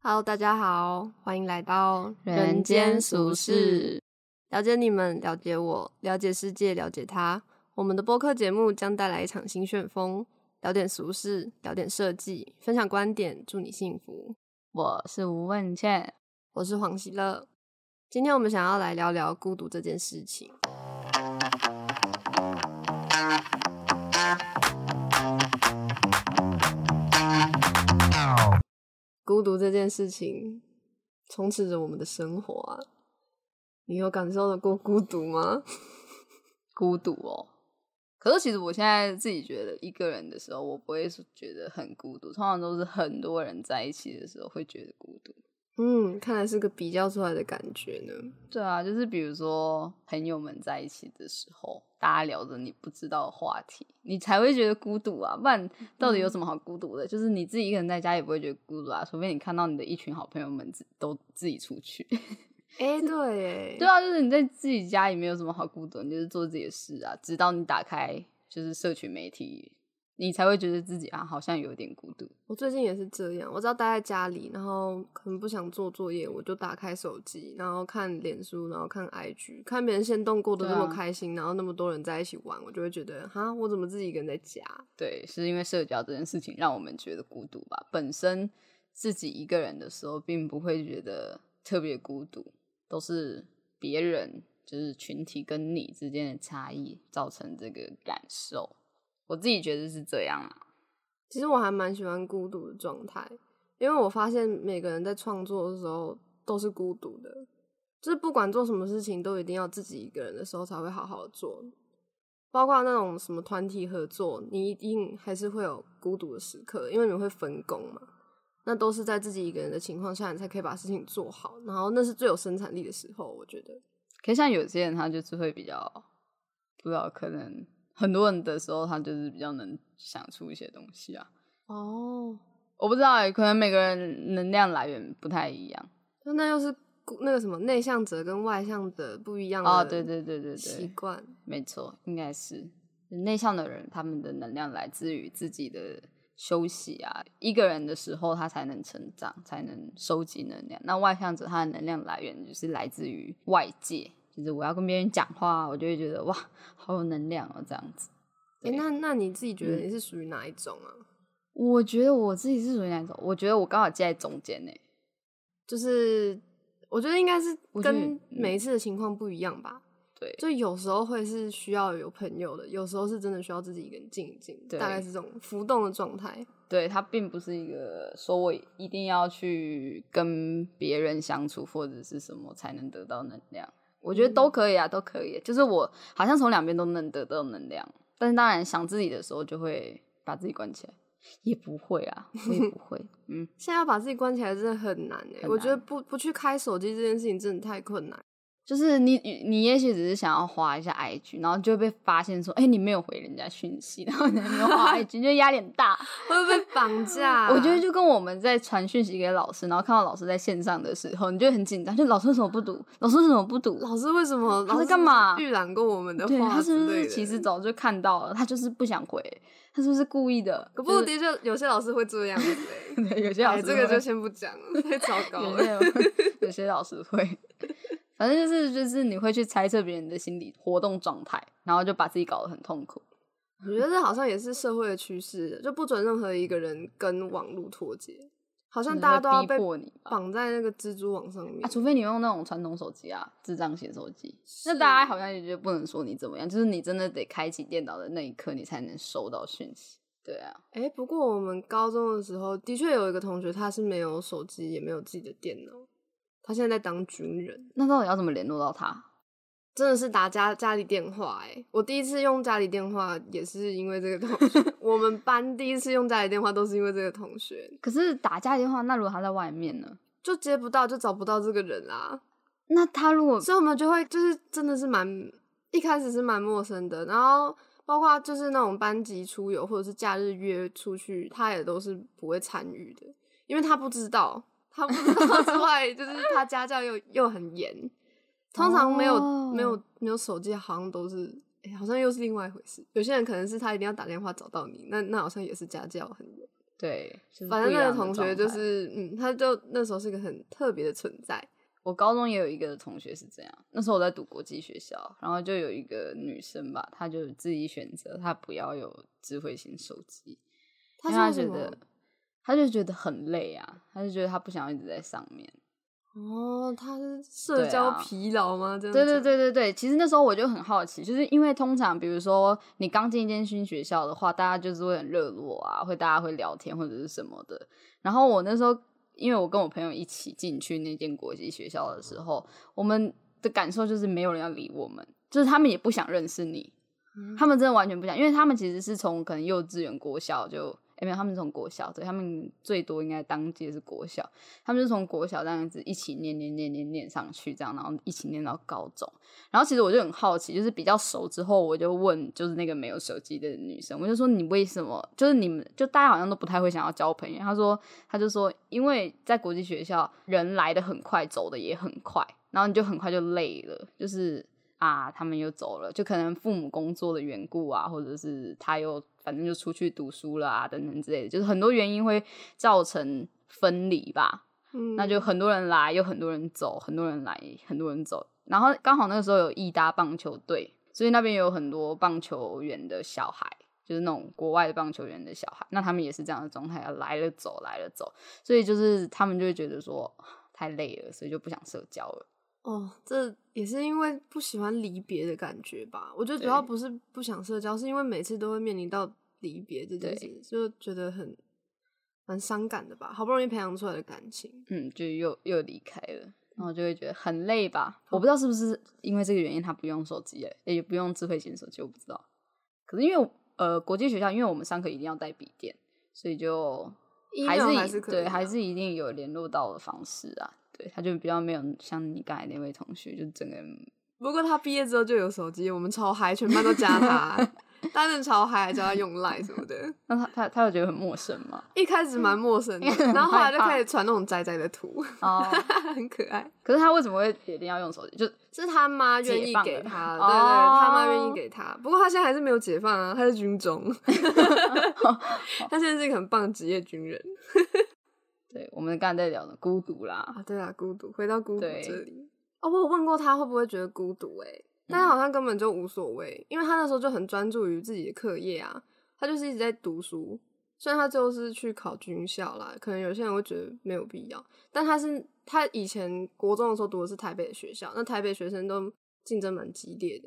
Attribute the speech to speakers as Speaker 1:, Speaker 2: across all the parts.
Speaker 1: Hello，大家好，欢迎来到
Speaker 2: 人间俗世，
Speaker 1: 了解你们，了解我，了解世界，了解他。我们的播客节目将带来一场新旋风，聊点俗事，聊点设计，分享观点，祝你幸福。
Speaker 2: 我是吴问倩，
Speaker 1: 我是黄喜乐，今天我们想要来聊聊孤独这件事情。孤独这件事情充斥着我们的生活啊！你有感受得过孤独吗？
Speaker 2: 孤独哦。可是其实我现在自己觉得一个人的时候，我不会说觉得很孤独，通常都是很多人在一起的时候会觉得孤独。
Speaker 1: 嗯，看来是个比较出来的感觉呢。
Speaker 2: 对啊，就是比如说朋友们在一起的时候，大家聊着你不知道的话题，你才会觉得孤独啊。不然到底有什么好孤独的？就是你自己一个人在家也不会觉得孤独啊，除非你看到你的一群好朋友们自都自己出去。
Speaker 1: 哎、对耶，
Speaker 2: 对啊，就是你在自己家里没有什么好孤独，你就是做自己的事啊，直到你打开就是社群媒体，你才会觉得自己啊好像有点孤独。
Speaker 1: 我最近也是这样，我只要待在家里，然后可能不想做作业，我就打开手机，然后看脸书，然后看 IG，看别人现动过得
Speaker 2: 对
Speaker 1: 那
Speaker 2: 啊
Speaker 1: 么开心，然后那么多人在一起玩，我就会觉得哈，我怎么自己一个人在家？
Speaker 2: 对，是因为社交这件事情让我们觉得孤独吧。本身自己一个人的时候，并不会觉得特别孤独，都是别人就是群体跟你之间的差异造成这个感受。我自己觉得是这样啊。
Speaker 1: 其实我还蛮喜欢孤独的状态，因为我发现每个人在创作的时候都是孤独的，就是不管做什么事情都一定要自己一个人的时候才会好好地做，包括那种什么团体合作，你一定还是会有孤独的时刻，因为你们会分工嘛，那都是在自己一个人的情况下，你才可以把事情做好，然后那是最有生产力的时候，我觉得。
Speaker 2: 可是像有些人，他就是会比较，不知道可能很多人的时候，他就是比较能想出一些东西啊。
Speaker 1: 哦，
Speaker 2: 我不知道欸，可能每个人能量来源不太一样。
Speaker 1: 那那又是孤那个什么内向者跟外向者不一样的
Speaker 2: 哦，对对对对
Speaker 1: 习
Speaker 2: 对，
Speaker 1: 惯。
Speaker 2: 没错，应该是内向的人，他们的能量来自于自己的休息啊，一个人的时候他才能成长，才能收集能量。那外向者他的能量来源就是来自于外界，就是我要跟别人讲话，我就会觉得哇，好有能量哦，这样子。
Speaker 1: 哎、
Speaker 2: 对
Speaker 1: 那那你自己觉
Speaker 2: 嗯
Speaker 1: 得你是属于哪一种啊？
Speaker 2: 我觉得我自己是属于哪一种？我觉得我刚好介在中间欸呢、
Speaker 1: 就是我觉得应该是
Speaker 2: 我觉得
Speaker 1: 跟
Speaker 2: 嗯
Speaker 1: 每一次的情况不一样吧。
Speaker 2: 对
Speaker 1: 就有时候会是需要有朋友的，有时候是真的需要自己一个人静一静，
Speaker 2: 对
Speaker 1: 大概是这种浮动的状态。
Speaker 2: 对，它并不是一个说我一定要去跟别人相处或者是什么才能得到能量。我觉得都可以啊，都可以。就是我好像从两边都能得到能量，但是当然想自己的时候就会把自己关起来，也不会啊，我也不会。嗯，
Speaker 1: 现在要把自己关起来真的很难哎、
Speaker 2: 很
Speaker 1: 我觉得
Speaker 2: 难
Speaker 1: 不不去开手机这件事情真的太困难。
Speaker 2: 就是你你也许只是想要划一下 IG，然后就会被发现说，哎、你没有回人家讯息，然后你还没有划 IG，就压力很大。
Speaker 1: 会不会被绑架？啊
Speaker 2: 我觉得就跟我们在传讯息给老师，然后看到老师在线上的时候，你就会很紧张，就老师为什么不读？老师为什么不读？
Speaker 1: 老师为什么
Speaker 2: 他
Speaker 1: 老
Speaker 2: 在
Speaker 1: 师
Speaker 2: 干嘛
Speaker 1: 预览过我们的
Speaker 2: 对
Speaker 1: 话
Speaker 2: 他是
Speaker 1: 之
Speaker 2: 不
Speaker 1: 类
Speaker 2: 是
Speaker 1: 的？
Speaker 2: 其实早就看到了，他就是不想回，他是不是故意的？
Speaker 1: 可不过
Speaker 2: 就
Speaker 1: 的确有些老师会这样子哎、
Speaker 2: 是 对有些
Speaker 1: 哎、
Speaker 2: 老师
Speaker 1: 这个
Speaker 2: 会
Speaker 1: 就先不讲了，太糟糕
Speaker 2: 有
Speaker 1: 了。
Speaker 2: 些 有些老师会， 反正就是就是你会去猜测别人的心理活动状态，然后就把自己搞得很痛苦。
Speaker 1: 我觉得这好像也是社会的趋势，就不准任何一个人跟网络脱节，好像
Speaker 2: 就是
Speaker 1: 大家
Speaker 2: 会
Speaker 1: 都要
Speaker 2: 逼
Speaker 1: 被
Speaker 2: 迫你吧
Speaker 1: 绑在那个蜘蛛网上面
Speaker 2: 啊，。除非你用那种传统手机啊，智障型手机，那
Speaker 1: 是啊
Speaker 2: 大家好像也就不能说你怎么样，就是你真的得开启电脑的那一刻，你才能收到讯息。对啊，
Speaker 1: 哎、不过我们高中的时候，的确有一个同学，他是没有手机，也没有自己的电脑，他现在在当军人，
Speaker 2: 那到底要怎么联络到他？
Speaker 1: 真的是打家家里电话、欸。哎，我第一次用家里电话也是因为这个同学， 我们班第一次用家里电话都是因为这个同学，
Speaker 2: 可是打家里电话，那如果他在外面呢？
Speaker 1: 就接不到，就找不到这个人啊啦。
Speaker 2: 那他如果
Speaker 1: 所以我们就会就是真的是蛮一开始是蛮陌生的，然后包括就是那种班级出游或者是假日约出去，他也都是不会参与的，因为他不知道，他不知道 之外，就是他家教又又很严，通常没有、没有
Speaker 2: 哦
Speaker 1: 没有手机，好像都是。诶好像又是另外一回事。有些人可能是他一定要打电话找到你，那那好像也是家教很严。
Speaker 2: 对，就是
Speaker 1: 反
Speaker 2: 嗯不
Speaker 1: 正
Speaker 2: 一
Speaker 1: 那
Speaker 2: 样
Speaker 1: 个
Speaker 2: 的
Speaker 1: 同学
Speaker 2: 状
Speaker 1: 就
Speaker 2: 态
Speaker 1: 是，嗯，他就那时候是个很特别的存在。
Speaker 2: 我高中也有一个同学是这样，那时候我在读国际学校，然后就有一个女生吧，她就自己选择她不要有智慧型手机，因
Speaker 1: 他
Speaker 2: 为
Speaker 1: 是为
Speaker 2: 她
Speaker 1: 什
Speaker 2: 觉
Speaker 1: 么
Speaker 2: 得？她就觉得很累啊，她就觉得她不想要一直在上面。
Speaker 1: 哦，他是社
Speaker 2: 对
Speaker 1: 交
Speaker 2: 啊
Speaker 1: 疲劳吗？这样
Speaker 2: 对对
Speaker 1: 讲，
Speaker 2: 对对对，其实那时候我就很好奇，就是因为通常比如说你刚进一间新学校的话，大家就是会很热络啊，会大家会聊天或者是什么的。然后我那时候因为我跟我朋友一起进去那间国际学校的时候，我们的感受就是没有人要理我们，就是他们也不想认识你，
Speaker 1: 嗯
Speaker 2: 他们真的完全不想，因为他们其实是从可能幼稚园、国小就，诶没有，他们是从国小，对他们最多应该当届是国小，他们是从国小这样子一起念念念念念上去，这样然后一起念到高中。然后其实我就很好奇，就是比较熟之后，我就问就是那个没有手机的女生，我就说你为什么就是你们就大家好像都不太会想要交朋友。她说她就说因为在国际学校人来的很快，走的也很快，然后你就很快就累了，就是啊他们又走了，就可能父母工作的缘故啊，或者是他又反正就出去读书了啊等等之类的，就是很多原因会造成分离吧。
Speaker 1: 嗯
Speaker 2: 那就很多人来，有很多人走，很多人来，很多人走。然后刚好那个时候有义大棒球队，所以那边有很多棒球员的小孩，就是那种国外的棒球员的小孩。那他们也是这样的状态，啊来了走，来了走，所以就是他们就会觉得说啊太累了，所以就不想社交了。
Speaker 1: 哦，这也是因为不喜欢离别的感觉吧。我觉得主要
Speaker 2: 对
Speaker 1: 不是不想社交，是因为每次都会面临到离别这件
Speaker 2: 对
Speaker 1: 事，就觉得很蛮伤感的吧。好不容易培养出来的感情，
Speaker 2: 嗯，就又又离开了。然后就会觉得很累吧，
Speaker 1: 嗯
Speaker 2: 我不知道是不是因为这个原因，他不用手机了，也不用智慧型手机，我不知道。可是因为呃，国际学校，因为我们上课一定要带笔电，所以就
Speaker 1: Email
Speaker 2: 是
Speaker 1: 还
Speaker 2: 以
Speaker 1: 是可以啊
Speaker 2: 对，
Speaker 1: 的
Speaker 2: 还是一定有联络到的方式啊。对，他就比较没有像你刚才那位同学，就整个人
Speaker 1: 不过他毕业之后就有手机，我们超嗨，全班都加他， 他真的超嗨，叫他用赖什么的。
Speaker 2: 那他他他有觉得很陌生吗？，
Speaker 1: 一开始蛮陌生的
Speaker 2: 很
Speaker 1: 然后后来
Speaker 2: 害
Speaker 1: 就
Speaker 2: 怕
Speaker 1: 开始传那种宅宅的图，
Speaker 2: 哦，
Speaker 1: 很可爱。
Speaker 2: 可是他为什么会一定要用手机？就是
Speaker 1: 他妈
Speaker 2: 解
Speaker 1: 愿意
Speaker 2: 放哦
Speaker 1: 给
Speaker 2: 了
Speaker 1: 他， 对
Speaker 2: 哦
Speaker 1: 对，他妈愿意给他。不过他现在还是没有解放啊，他是军 中，他现在是一个很棒的职业军人
Speaker 2: 对我们刚才在聊的孤独啦，
Speaker 1: 啊。对啊，孤独，回到孤独
Speaker 2: 对
Speaker 1: 这里。哦，我有问过他会不会觉得孤独、欸，但
Speaker 2: 嗯
Speaker 1: 他好像根本就无所谓，因为他那时候就很专注于自己的课业啊，他就是一直在读书。虽然他最后是去考军校啦，可能有些人会觉得没有必要，但他是他以前国中的时候读的是台北的学校，那台北学生都竞争蛮激烈的，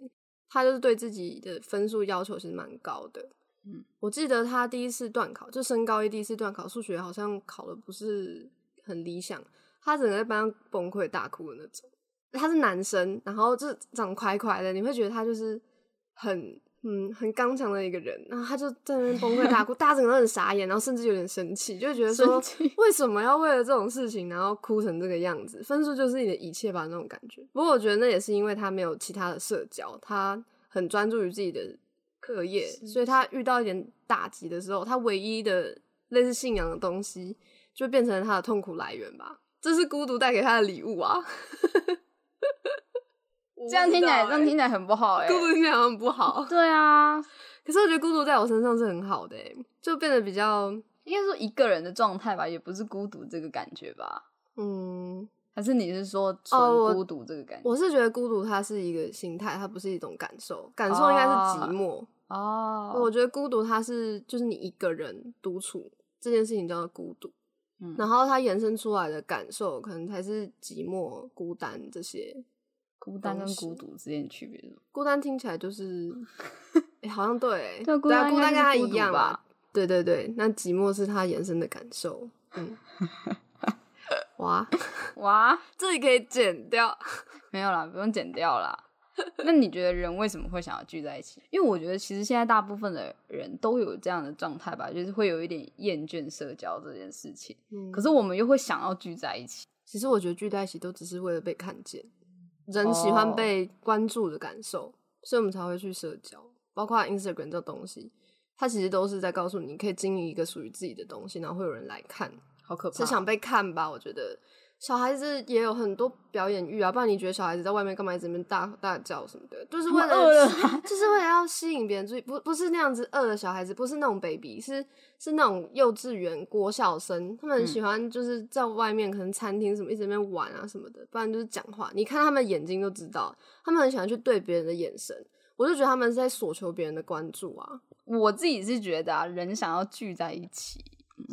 Speaker 1: 他就是对自己的分数要求其实蛮高的。
Speaker 2: 嗯，
Speaker 1: 我记得他第一次段考，就升高一第一次段考，数学好像考的不是很理想，他整个在班上崩溃大哭的那种。他是男生，然后就是长快快的，你会觉得他就是很嗯很刚强的一个人，然后他就在那边崩溃 大哭，大家整个都很傻眼，然后甚至有点生气，就会觉得说
Speaker 2: 生气
Speaker 1: 为什么要为了这种事情然后哭成这个样子？分数就是你的一切吧那种感觉。不过我觉得那也是因为他没有其他的社交，他很专注于自己的课业，
Speaker 2: 是
Speaker 1: 所以他遇到一点打击的时候，他唯一的类似信仰的东西就变成了他的痛苦来源吧。这是孤独带给他的礼物啊！
Speaker 2: 这样听起来，这样听起来很不好哎、
Speaker 1: 欸孤独听起来好像很不好，
Speaker 2: 对啊，
Speaker 1: 可是我觉得孤独在我身上是很好的、欸，就变得比较
Speaker 2: 应该说一个人的状态吧，也不是孤独这个感觉吧？
Speaker 1: 嗯，
Speaker 2: 还是你是说
Speaker 1: 哦我
Speaker 2: 纯孤独这个感觉？
Speaker 1: 我是觉得孤独它是一个心态，它不是一种感受，感受应该是寂寞。
Speaker 2: 哦，
Speaker 1: 我觉得孤独它是就是你一个人独处这件事情叫做孤独，
Speaker 2: 嗯
Speaker 1: 然后它延伸出来的感受可能才是寂寞、孤单这些。
Speaker 2: 孤单跟
Speaker 1: 东西
Speaker 2: 孤独之间的区别是什么？
Speaker 1: 孤单听起来 就是，欸好像对、欸，
Speaker 2: 对孤
Speaker 1: 对啊，
Speaker 2: 单
Speaker 1: 孤
Speaker 2: 应该
Speaker 1: 单跟他
Speaker 2: 就是
Speaker 1: 一
Speaker 2: 孤独
Speaker 1: 样
Speaker 2: 吧
Speaker 1: 嘛。对对对，那寂寞是它延伸的感受。 嗯，哇，
Speaker 2: 哇，
Speaker 1: 这里可以剪掉。
Speaker 2: 没有啦，不用剪掉啦。 那你觉得人为什么会想要聚在一起？因为我觉得其实现在大部分的人都有这样的状态吧，就是会有一点厌倦社交这件事情。
Speaker 1: 嗯
Speaker 2: 可是我们又会想要聚在一起。
Speaker 1: 其实我觉得聚在一起都只是为了被看见，人喜欢
Speaker 2: 哦
Speaker 1: 被关注的感受所以我们才会去社交，包括 Instagram 这东西，它其实都是在告诉你，你可以经营一个属于自己的东西，然后会有人来看，
Speaker 2: 好可怕！
Speaker 1: 是想被看吧？我觉得小孩子也有很多表演欲啊，不然你觉得小孩子在外面干嘛一直在那边大大叫什么的，就是为
Speaker 2: 他们饿了
Speaker 1: 就是为了要吸引别人注意，不不是那样子饿的小孩子，不是那种 baby，是是那种幼稚园国小生，他们很
Speaker 2: 嗯
Speaker 1: 喜欢就是在外面可能餐厅什么一直在那边玩啊什么的，不然就是讲话，你看他们眼睛就知道，他们很喜欢去对别人的眼神，我就觉得他们是在索求别人的关注啊，
Speaker 2: 我自己是觉得啊，人想要聚在一起，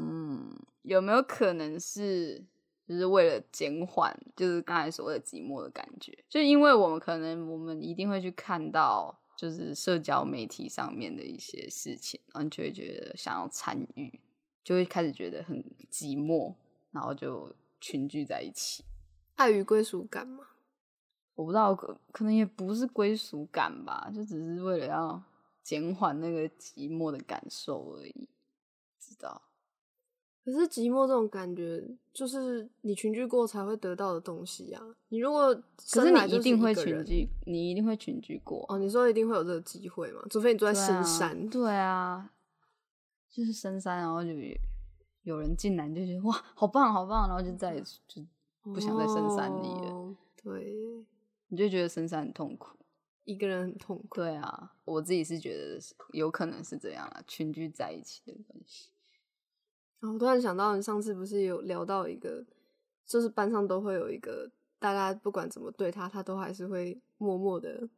Speaker 2: 嗯，有没有可能是就是为了减缓，就是刚才所谓的寂寞的感觉？就因为我们可能我们一定会去看到，就是社交媒体上面的一些事情，然后你就会觉得想要参与，就会开始觉得很寂寞，然后就群聚在一起。
Speaker 1: 爱与归属感嘛，
Speaker 2: 我不知道，可可能也不是归属感吧，就只是为了要减缓那个寂寞的感受而已。知道，
Speaker 1: 可是寂寞这种感觉，就是你群居过才会得到的东西啊。你如果
Speaker 2: 可
Speaker 1: 生来
Speaker 2: 你
Speaker 1: 就
Speaker 2: 一
Speaker 1: 是
Speaker 2: 定会
Speaker 1: 个
Speaker 2: 群
Speaker 1: 人
Speaker 2: 居，你一定会群居过。
Speaker 1: 哦，你说一定会有这个机会嘛？除非你住在
Speaker 2: 对啊
Speaker 1: 深山，
Speaker 2: 对啊，就是深山，然后就有有人进来，你就觉得哇，好棒，好棒，然后就再
Speaker 1: 嗯
Speaker 2: 也就不想在深山里了，
Speaker 1: 哦对，
Speaker 2: 你就觉得深山很痛苦。
Speaker 1: 一个人很痛苦。
Speaker 2: 对啊，我自己是觉得是有可能是这样啦，群居在一起的关系。
Speaker 1: 然后啊我突然想到，你上次不是有聊到一个，就是班上都会有一个，大家不管怎么对他，他都还是会默默的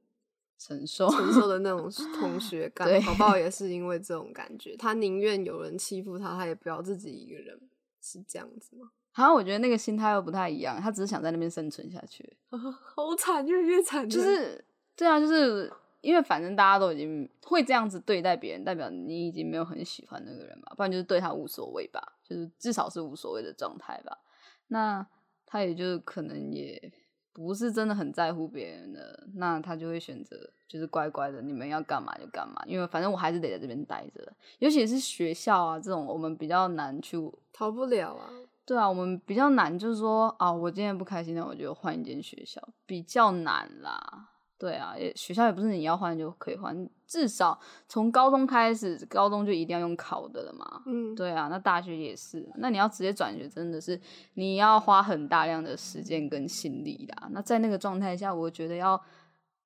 Speaker 2: 承受，
Speaker 1: 承受的那种同学
Speaker 2: 对
Speaker 1: 感。宝宝也是因为这种感觉，他宁愿有人欺负他，他也不要自己一个人，是这样子吗？
Speaker 2: 好像我觉得那个心态又不太一样，他只是想在那边生存下去，
Speaker 1: 好惨，越来越惨，
Speaker 2: 就。是对啊，就是因为反正大家都已经会这样子对待别人，代表你已经没有很喜欢那个人吧，不然就是对他无所谓吧，就是至少是无所谓的状态吧。那他也就可能也不是真的很在乎别人的，那他就会选择就是乖乖的，你们要干嘛就干嘛，因为反正我还是得在这边待着，尤其是学校啊这种，我们比较难去
Speaker 1: 逃不了啊。
Speaker 2: 对啊，我们比较难，就是说啊，我今天不开心，那我就换一间学校，比较难啦。对啊，也学校也不是你要换就可以换，至少从高中开始，高中就一定要用考的了嘛。
Speaker 1: 嗯，
Speaker 2: 对啊，那大学也是，那你要直接转学，真的是你要花很大量的时间跟心力啦。那在那个状态下，我觉得要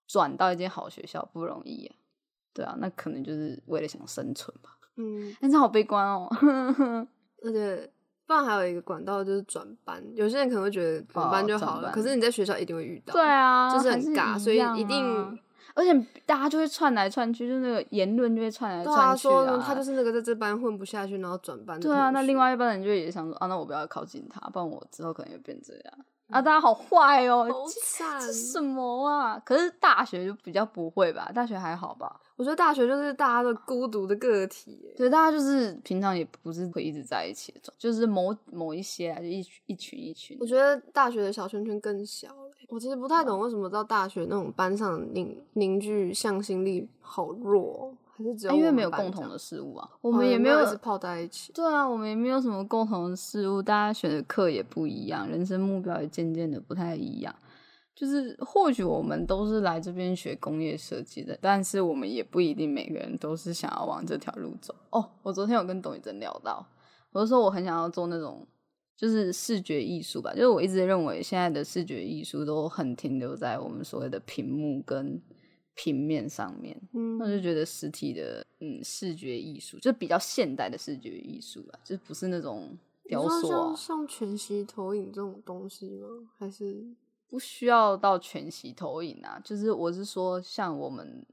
Speaker 2: 转到一间好学校不容易、啊。对啊，那可能就是为了想生存吧。
Speaker 1: 嗯，
Speaker 2: 但是好悲观哦。
Speaker 1: 而且不然还有一个管道就是转班，有些人可能会觉得转班
Speaker 2: 哦
Speaker 1: 就
Speaker 2: 转
Speaker 1: 好了，
Speaker 2: 班
Speaker 1: 可是你在学校一定会遇到。
Speaker 2: 对啊，
Speaker 1: 就是
Speaker 2: 还
Speaker 1: 很尬
Speaker 2: 一
Speaker 1: 所以
Speaker 2: 样
Speaker 1: 一定
Speaker 2: 啊。而且大家就会窜来窜去，就那个言论就会窜来
Speaker 1: 对
Speaker 2: 窜
Speaker 1: 啊，
Speaker 2: 去
Speaker 1: 说他就是那个在这班混不下去，然后转班的
Speaker 2: 对啊，
Speaker 1: 同
Speaker 2: 那
Speaker 1: 学
Speaker 2: 另外一班人就也想说啊，那我不要靠近他，不然我之后可能也变这样啊。大家好坏哦，
Speaker 1: 嗯好
Speaker 2: 这
Speaker 1: 惨
Speaker 2: 这。什么啊？可是大学就比较不会吧，大学还好吧？
Speaker 1: 我觉得大学就是大家的孤独的个体耶，
Speaker 2: 对，大家就是平常也不是会一直在一起的状，就是某某一些啊，就一群一群一群
Speaker 1: 我。觉得大学的小圈圈更小了。我其实不
Speaker 2: 啊
Speaker 1: 太懂为什么到大学那种班上的凝凝聚向心力好弱哦，还是只有
Speaker 2: 啊因
Speaker 1: 我
Speaker 2: 为
Speaker 1: 们
Speaker 2: 没有
Speaker 1: 班
Speaker 2: 共
Speaker 1: 这
Speaker 2: 同
Speaker 1: 样
Speaker 2: 的，事物啊，
Speaker 1: 我
Speaker 2: 我们也
Speaker 1: 没
Speaker 2: 没有
Speaker 1: 一直泡在一起。
Speaker 2: 对啊，我们也没有什么共同的事物，大家选的课也不一样，人生目标也渐渐的不太一样。就是或许我们都是来这边学工业设计的，但是我们也不一定每个人都是想要往这条路走。哦，我昨天有跟董宇珍聊到，我就说我很想要做那种就是视觉艺术吧，就是我一直认为现在的视觉艺术都很停留在我们所谓的屏幕跟平面上面。
Speaker 1: 嗯
Speaker 2: 那我就觉得实体的嗯视觉艺术，就比较现代的视觉艺术啦，就是不是那种
Speaker 1: 你
Speaker 2: 雕
Speaker 1: 说
Speaker 2: 塑啊
Speaker 1: 像，像全息投影这种东西吗？还是
Speaker 2: 不需要到全息投影啊。就是我是说，像我们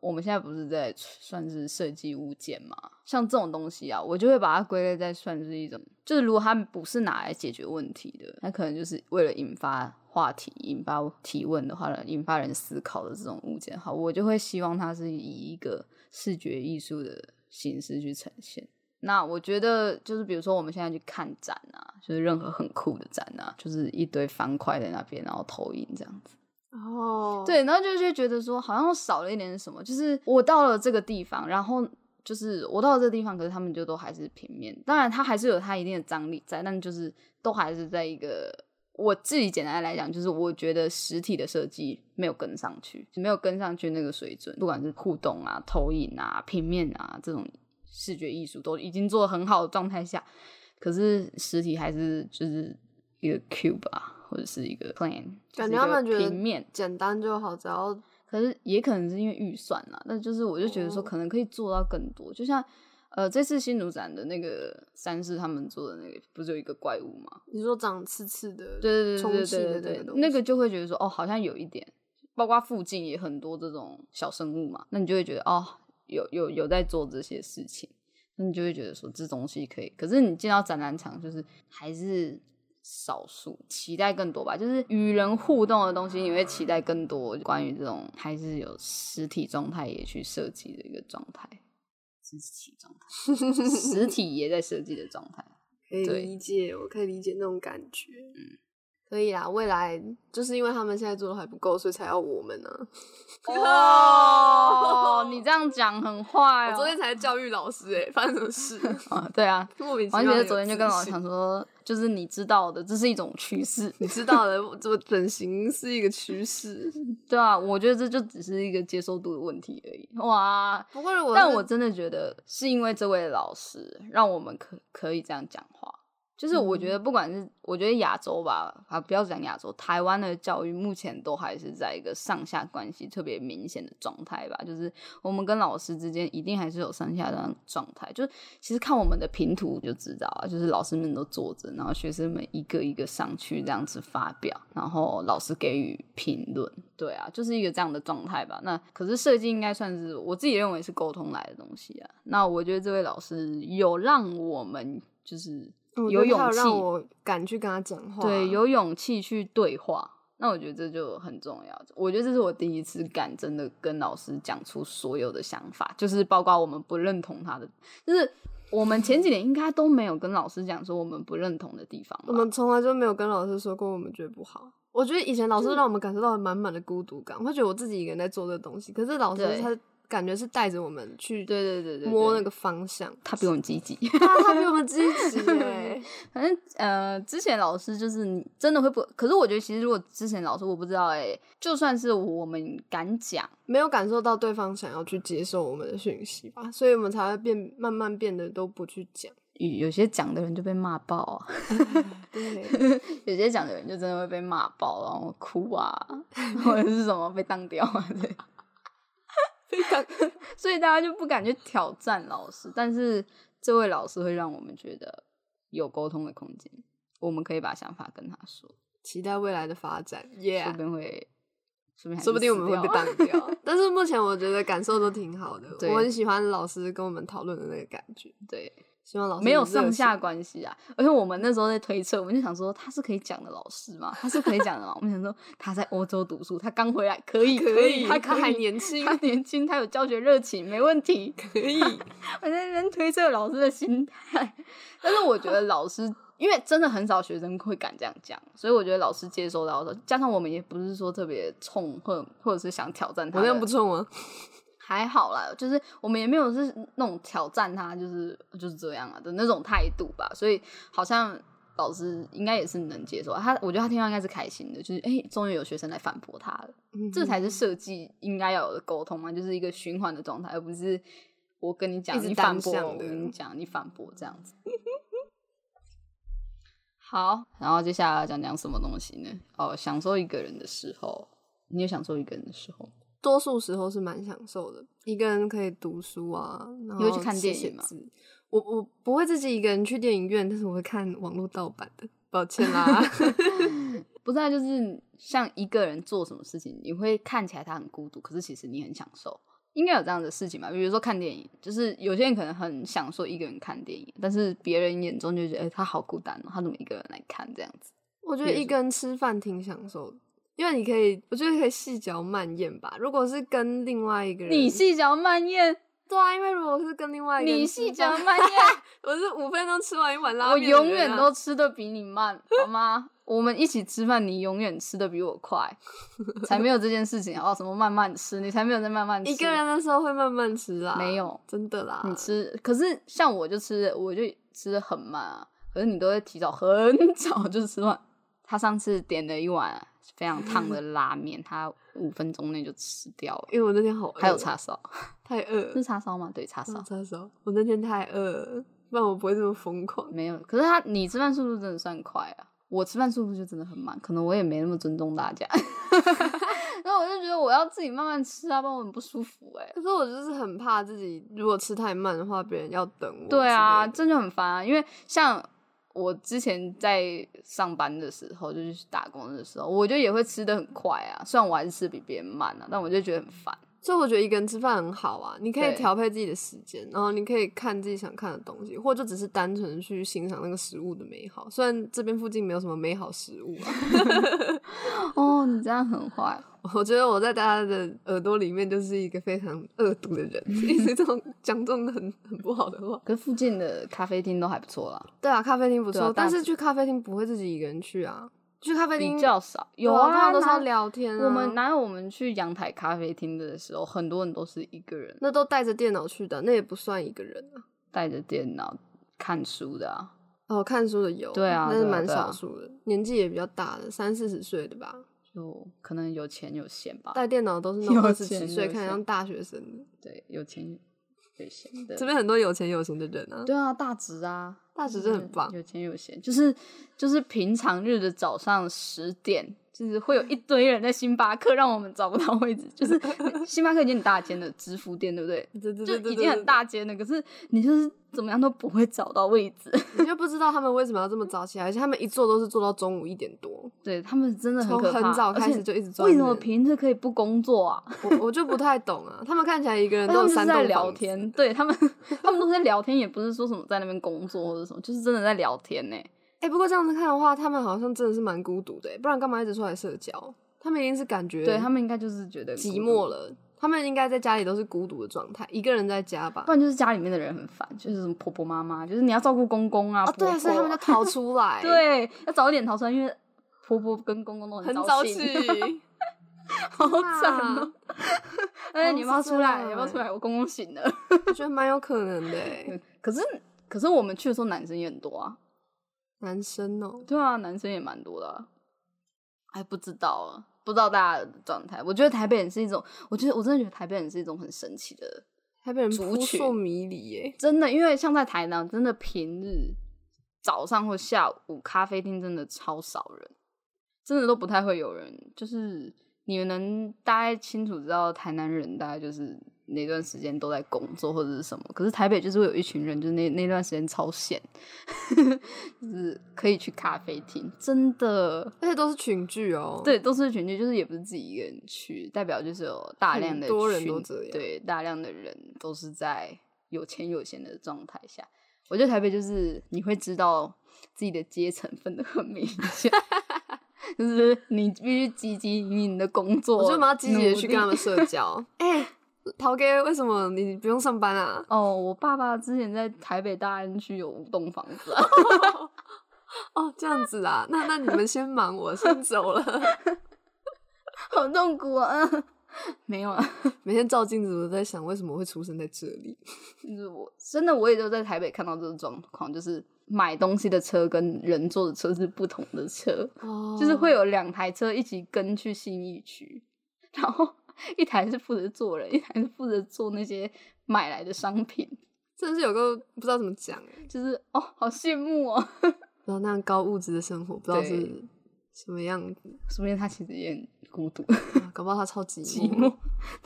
Speaker 2: 我们现在不是在算是设计物件嘛，像这种东西啊，我就会把它归类在算是一种，就是如果它不是拿来解决问题的，那可能就是为了引发。话题引发提问的话，引发人思考的这种物件，好，我就会希望它是以一个视觉艺术的形式去呈现。那我觉得就是，比如说我们现在去看展啊，就是任何很酷的展啊，就是一堆方块在那边，然后投影这样子。
Speaker 1: 哦，，
Speaker 2: 对，然后就就觉得说，好像少了一点什么。就是我到了这个地方，然后就是我到了这个地方，可是他们就都还是平面。当然，它还是有它一定的张力在，但就是都还是在一个我自己简单来讲，就是我觉得实体的设计没有跟上去，没有跟上去那个水准，不管是互动啊、投影啊、平面啊这种视觉艺术，都已经做的很好的状态下，可是实体还是就是一个 cube 吧，或者是一个 plan，
Speaker 1: 感
Speaker 2: 就是
Speaker 1: 觉
Speaker 2: 一
Speaker 1: 他
Speaker 2: 个
Speaker 1: 们觉得
Speaker 2: 平面。
Speaker 1: 简单就好，只要
Speaker 2: 可是也可能是因为预算啦，但就是我就觉得说
Speaker 1: 哦
Speaker 2: 可能可以做到更多，就像呃这次新竹展的那个三世他们做的那个，不是有一个怪物吗？
Speaker 1: 你说长刺刺的，
Speaker 2: 对对
Speaker 1: 充
Speaker 2: 对
Speaker 1: 气
Speaker 2: 对
Speaker 1: 的
Speaker 2: 对
Speaker 1: 那
Speaker 2: 对
Speaker 1: 个，
Speaker 2: 那个
Speaker 1: 东西
Speaker 2: 就会觉得说哦好像有一点，包括附近也很多这种小生物嘛，那你就会觉得哦有有有在做这些事情，那你就会觉得说这东西可以，可是你进到展览场就是还是。少数期待更多吧，就是与人互动的东西，你会期待更多关于这种还是有实体状态也去设计的一个状态，实体状态，实体也在设计的状态。
Speaker 1: 可以
Speaker 2: 对嗯
Speaker 1: 理解，我可以理解那种感觉。可以啦，未来就是因为他们现在做的还不够，所以才要我们呢、
Speaker 2: 哦， 你这样讲很坏、哦。
Speaker 1: 我昨天才教育老师、欸，哎，发生什么 事？
Speaker 2: 啊，对啊，
Speaker 1: 莫名其
Speaker 2: 王
Speaker 1: 妙
Speaker 2: 觉
Speaker 1: 有
Speaker 2: 得
Speaker 1: 自
Speaker 2: 昨天就跟我
Speaker 1: 信
Speaker 2: 讲说，就是你知道的，这是一种趋势。
Speaker 1: 你知道的，我我整形是一个趋势。
Speaker 2: 对啊，我觉得这就只是一个接受度的问题而已。哇！
Speaker 1: 不过如果
Speaker 2: 但
Speaker 1: 是
Speaker 2: 我真的觉得是因为这位老师让我们可可以这样讲话。就是我觉得，不管是、我觉得亚洲吧，啊，不要讲亚洲，台湾的教育目前都还是在一个上下关系特别明显的状态吧。就是我们跟老师之间一定还是有上下的状态。就是其实看我们的平图就知道啊，就是老师们都坐着，然后学生们一个一个上去这样子发表，然后老师给予评论。对啊，就是一个这样的状态吧。那可是设计应该算是我自己认为是沟通来的东西啊。那我觉得这位老师有让我们就是
Speaker 1: 哦我觉
Speaker 2: 有
Speaker 1: 得
Speaker 2: 勇
Speaker 1: 他有
Speaker 2: 气，
Speaker 1: 让我敢去跟他讲话，啊
Speaker 2: 对，有勇气去对话。那我觉得这就很重要。我觉得这是我第一次敢真的跟老师讲出所有的想法，就是包括我们不认同他的，就是我们前几年应该都没有跟老师讲说我们不认同的地方
Speaker 1: 我
Speaker 2: 吧。
Speaker 1: 们从来就没有跟老师说过我们觉得不好。我觉得以前老师让我们感受到满满的孤独感，会觉得我自己一个人在做这个东西。可是老师
Speaker 2: 对
Speaker 1: 他感觉是带着我们去
Speaker 2: 对对对对对，
Speaker 1: 摸那个方 向，
Speaker 2: 他比我们积极。
Speaker 1: 他他比我们积 极耶。
Speaker 2: 反正呃，之前老师就是你真的会不，可是我觉得其实如果之前老师我不知道哎、就算是我们敢讲，
Speaker 1: 没有感受到对方想要去接受我们的讯息吧，所以我们才会变慢慢变得都不去讲。
Speaker 2: 有有些讲的人就被骂爆啊，
Speaker 1: 对，
Speaker 2: 有些讲的人就真的会被骂爆，然后哭啊， 或者是什么被当掉啊， 对。 所以大家就不敢去挑战老师，但是这位老师会让我们觉得有沟通的空间，我们可以把想法跟他说，
Speaker 1: 期待未来的发展耶
Speaker 2: 说不定会，说不定还是
Speaker 1: 说不定我们会
Speaker 2: 死
Speaker 1: 被
Speaker 2: 掉啊
Speaker 1: 当掉。 但是目前我觉得感受都挺好的，
Speaker 2: 对
Speaker 1: 我很喜欢老师跟我们讨论的那个感觉。
Speaker 2: 对，
Speaker 1: 希望老师
Speaker 2: 没有
Speaker 1: 热情
Speaker 2: 上下关系啊。而且我们那时候在推测，我们就想说他是可以讲的老师吗？他是可以讲的吗？我们想说他在欧洲读书，他刚回来，可以
Speaker 1: 可以，
Speaker 2: 他
Speaker 1: 他
Speaker 2: 可
Speaker 1: 还
Speaker 2: 以
Speaker 1: 年轻，
Speaker 2: 他年轻，他有教学热情，没问题。
Speaker 1: 可 以。
Speaker 2: 我在那边推测老师的心态，但是我觉得老师，因为真的很少学生会敢这样讲，所以我觉得老师接收到的时候，加上我们也不是说特别冲或或者是想挑战他
Speaker 1: 我
Speaker 2: 的，
Speaker 1: 那样不冲啊，
Speaker 2: 还好啦，就是我们也没有是那种挑战他，就是就是这样啊的那种态度吧，所以好像老师应该也是能接受啊他，我觉得他听到应该是开心的，就是哎，诶终、于有学生来反驳他了，这才是设计应该要有的沟通嘛，就是一个循环的状态，而不是我跟你
Speaker 1: 一
Speaker 2: 讲
Speaker 1: 直
Speaker 2: 你反
Speaker 1: 单
Speaker 2: 驳，
Speaker 1: 向
Speaker 2: 我
Speaker 1: 的
Speaker 2: 跟你讲你反驳这样子。 好，然后接下来要讲讲什么东西呢？哦，享受一个人的时候，你有享受一个人的时候吗？
Speaker 1: 多数时候是蛮享受的，一个人可以读书啊，然后
Speaker 2: 你会去看
Speaker 1: 写
Speaker 2: 电
Speaker 1: 写
Speaker 2: 影吗
Speaker 1: 字？我我不会自己一个人去电影院，但是我会看网络盗版的，抱歉 啦。
Speaker 2: 不是、啊，就是像一个人做什么事情，你会看起来他很孤独，可是其实你很享受。应该有这样的事情吧，比如说看电影，就是有些人可能很享受一个人看电影，但是别人眼中就觉得，哎、他好孤单哦，他怎么一个人来看这样子？
Speaker 1: 我觉得一个人吃饭挺享受的，因为你可以，我觉得可以细嚼慢咽吧。如果是跟另外一个人，
Speaker 2: 你细嚼慢咽，
Speaker 1: 对啊，因为如果是跟另外一个人，
Speaker 2: 你细嚼，慢 咽，
Speaker 1: 我是五分钟吃完一碗拉
Speaker 2: 我
Speaker 1: 面的人啊，
Speaker 2: 永远都吃的比你慢，好吗？ 我们一起吃饭，你永远吃的比我 快，才没有这件事情哦。什么慢慢吃，你才没有在慢慢吃。
Speaker 1: 一个人的时候会慢慢吃啦，
Speaker 2: 没有，
Speaker 1: 真的啦，
Speaker 2: 你吃，可是像我就吃，我就吃的很慢啊。可是你都会提早很 早就吃完。他上次点了一碗非常烫的拉面，他五分钟内就吃掉了，
Speaker 1: 因为我那天好饿，
Speaker 2: 还有叉烧，
Speaker 1: 太饿
Speaker 2: 是，叉烧吗？对，叉烧
Speaker 1: 呃嗯叉烧，我那天太饿了，不然我不会这么疯狂。
Speaker 2: 没有。可是他，你吃饭速度真的算快啊，我吃饭速度就真的很慢，可能我也没那么尊重大家。 然后我就觉得我要自己慢慢吃啊，不然我很不舒服哎、
Speaker 1: 可是我就是很怕自己，如果吃太慢的话，别人要等我。
Speaker 2: 对啊，，这就很烦啊，因为像我之前在上班的时候，就是打工的时候，我就也会吃的很快啊，虽然我还是吃比别人慢啊，但我就觉得很烦。
Speaker 1: 所以我觉得一个人吃饭很好啊，你可以
Speaker 2: 对
Speaker 1: 调配自己的时间，然后你可以看自己想看的东西，或者只是单纯去欣赏那个食物的美好。虽然这边附近没有什么美好食物啊，
Speaker 2: 哦，你这样很坏。
Speaker 1: 我觉得我在大家的耳朵里面就是一个非常恶毒的 人，一直这种讲这种很很不好的话。
Speaker 2: 可是附近的咖啡厅都还不错啦，
Speaker 1: 对啊，咖啡厅不错，
Speaker 2: 对啊大
Speaker 1: 但是去咖啡厅不会自己一个人去啊，去咖啡厅
Speaker 2: 比较少。有
Speaker 1: 对啊，通
Speaker 2: 啊，
Speaker 1: 常都是
Speaker 2: 哪
Speaker 1: 要聊天、啊，
Speaker 2: 我们哪有我们去阳台咖啡厅的时候，很多人都是一个人
Speaker 1: 那都带着电脑去的，那也不算一个人啊。
Speaker 2: 带着电脑看书的啊。
Speaker 1: 哦，看书的有，
Speaker 2: 对啊
Speaker 1: 但是
Speaker 2: 对啊
Speaker 1: 蛮
Speaker 2: 对啊
Speaker 1: 少数的，年纪也比较大的，三四十岁的吧，
Speaker 2: 就可能有钱有闲吧，
Speaker 1: 带电脑都是那种二
Speaker 2: 有
Speaker 1: 十几
Speaker 2: 钱
Speaker 1: 岁，
Speaker 2: 有
Speaker 1: 看
Speaker 2: 闲
Speaker 1: 像大学生的。
Speaker 2: 对，有钱有闲的
Speaker 1: 这，边很多有钱有闲的人啊，
Speaker 2: 对啊，大直啊，
Speaker 1: 大直真的很棒
Speaker 2: 有钱有闲，就是就是平常日的早上十点，就是会有一堆人在星巴克，让我们找不到位置，就是 星巴克已经很大间了，直服店对不对？
Speaker 1: 对对
Speaker 2: 就
Speaker 1: 对对，
Speaker 2: 已经很大间了，可是你就是怎么样都不会找到位置。
Speaker 1: 对，你就不知道他们为什么要这么早起来，而且他们一坐都是坐到中午一点多，
Speaker 2: 对他们真的很
Speaker 1: 从
Speaker 2: 可怕，
Speaker 1: 很早
Speaker 2: 而
Speaker 1: 开
Speaker 2: 且
Speaker 1: 始就一直坐在
Speaker 2: 为什
Speaker 1: 那
Speaker 2: 么
Speaker 1: 边
Speaker 2: 平时可以不工作啊？
Speaker 1: 我我就不太懂啊，他们看起来一个人
Speaker 2: 他
Speaker 1: 都有
Speaker 2: 们就
Speaker 1: 三
Speaker 2: 是在
Speaker 1: 栋
Speaker 2: 聊
Speaker 1: 房子，
Speaker 2: 天，对他们，他们都在聊天，也不是说什么在那边工作或者什么，就是真的在聊天呢、
Speaker 1: 哎、不过这样子看的话，他们好像真的是蛮孤独的欸，不然干嘛一直出来社交？他们一定是感觉
Speaker 2: 对他们应该就是觉得
Speaker 1: 寂
Speaker 2: 孤
Speaker 1: 寞
Speaker 2: 独，
Speaker 1: 了，他们应该在家里都是孤独的状态，一个人在家吧
Speaker 2: 不。然就是家里面的人很烦，就是什么婆婆妈妈，就是你要照顾公公啊，
Speaker 1: 啊，对
Speaker 2: 婆
Speaker 1: 啊，
Speaker 2: 婆
Speaker 1: 所以他们就逃出来，，
Speaker 2: 对要早一点逃出来，因为婆婆跟公公都
Speaker 1: 很
Speaker 2: 早
Speaker 1: 早起，
Speaker 2: 好惨 哦、哎，
Speaker 1: 哦
Speaker 2: 你要不要
Speaker 1: 是
Speaker 2: 出
Speaker 1: 这
Speaker 2: 来？
Speaker 1: 样
Speaker 2: 你要不要
Speaker 1: 欸
Speaker 2: 出来？我公公醒了。
Speaker 1: 我觉得蛮有可能的欸。
Speaker 2: 可是可是我们去的时候男生也很多啊，
Speaker 1: 男生哦，
Speaker 2: 对啊，男生也蛮多的、啊。哎，不知道啊，不知道大家的状态。我觉得台北人是一种，我觉得我真的觉得台北人是一种很神奇的，
Speaker 1: 还被人
Speaker 2: 族
Speaker 1: 扑
Speaker 2: 群
Speaker 1: 朔迷离耶。
Speaker 2: 真的，因为像在台南，真的平日早上或下午咖啡厅真的超少人，真的都不太会有人。就是你们能大概清楚知道台南人大概就是那段时间都在工作或者是什么，可是台北就是会有一群人，就是那那段时间超闲， 就是可以去咖啡厅，真的。
Speaker 1: 而且都是群聚哦，，
Speaker 2: 对，都是群聚，就是也不是自己一个人去，代表就是有大量
Speaker 1: 很
Speaker 2: 的
Speaker 1: 多人
Speaker 2: 群
Speaker 1: 都这样
Speaker 2: 对，大量的人都是在有钱有闲的状态下。我觉得台北就是你会知道自己的阶层分得很明 显，就是你必须积极营营的工作，
Speaker 1: 我觉得我们要积极的
Speaker 2: 努
Speaker 1: 去
Speaker 2: 力
Speaker 1: 跟他们社交。 哎，陶哥，为什么你不用上班啊？
Speaker 2: 哦，我爸爸之前在台北大安区有五栋房子、 啊，
Speaker 1: 哦，这样子啊，那那你们先忙，我先走了。
Speaker 2: 好痛苦啊！没有啊，
Speaker 1: 每天照镜子，我都在想为什么会出生在这里。
Speaker 2: 就是我真的我也就在台北看到这个状况，就是买东西的车跟人坐的车是不同的车，
Speaker 1: 哦
Speaker 2: 就是会有两台车一起跟去信义区，然后一台是负责做人，一台是负责做那些买来的商品，
Speaker 1: 真的是有个不知道怎么讲哎，
Speaker 2: 就是哦，好羡慕哦。
Speaker 1: 然后那样高物质的生活，不知道是
Speaker 2: 对
Speaker 1: 什么样子，
Speaker 2: 说明他其实也很孤独、嗯
Speaker 1: 啊搞不好他超寂
Speaker 2: 寂寞，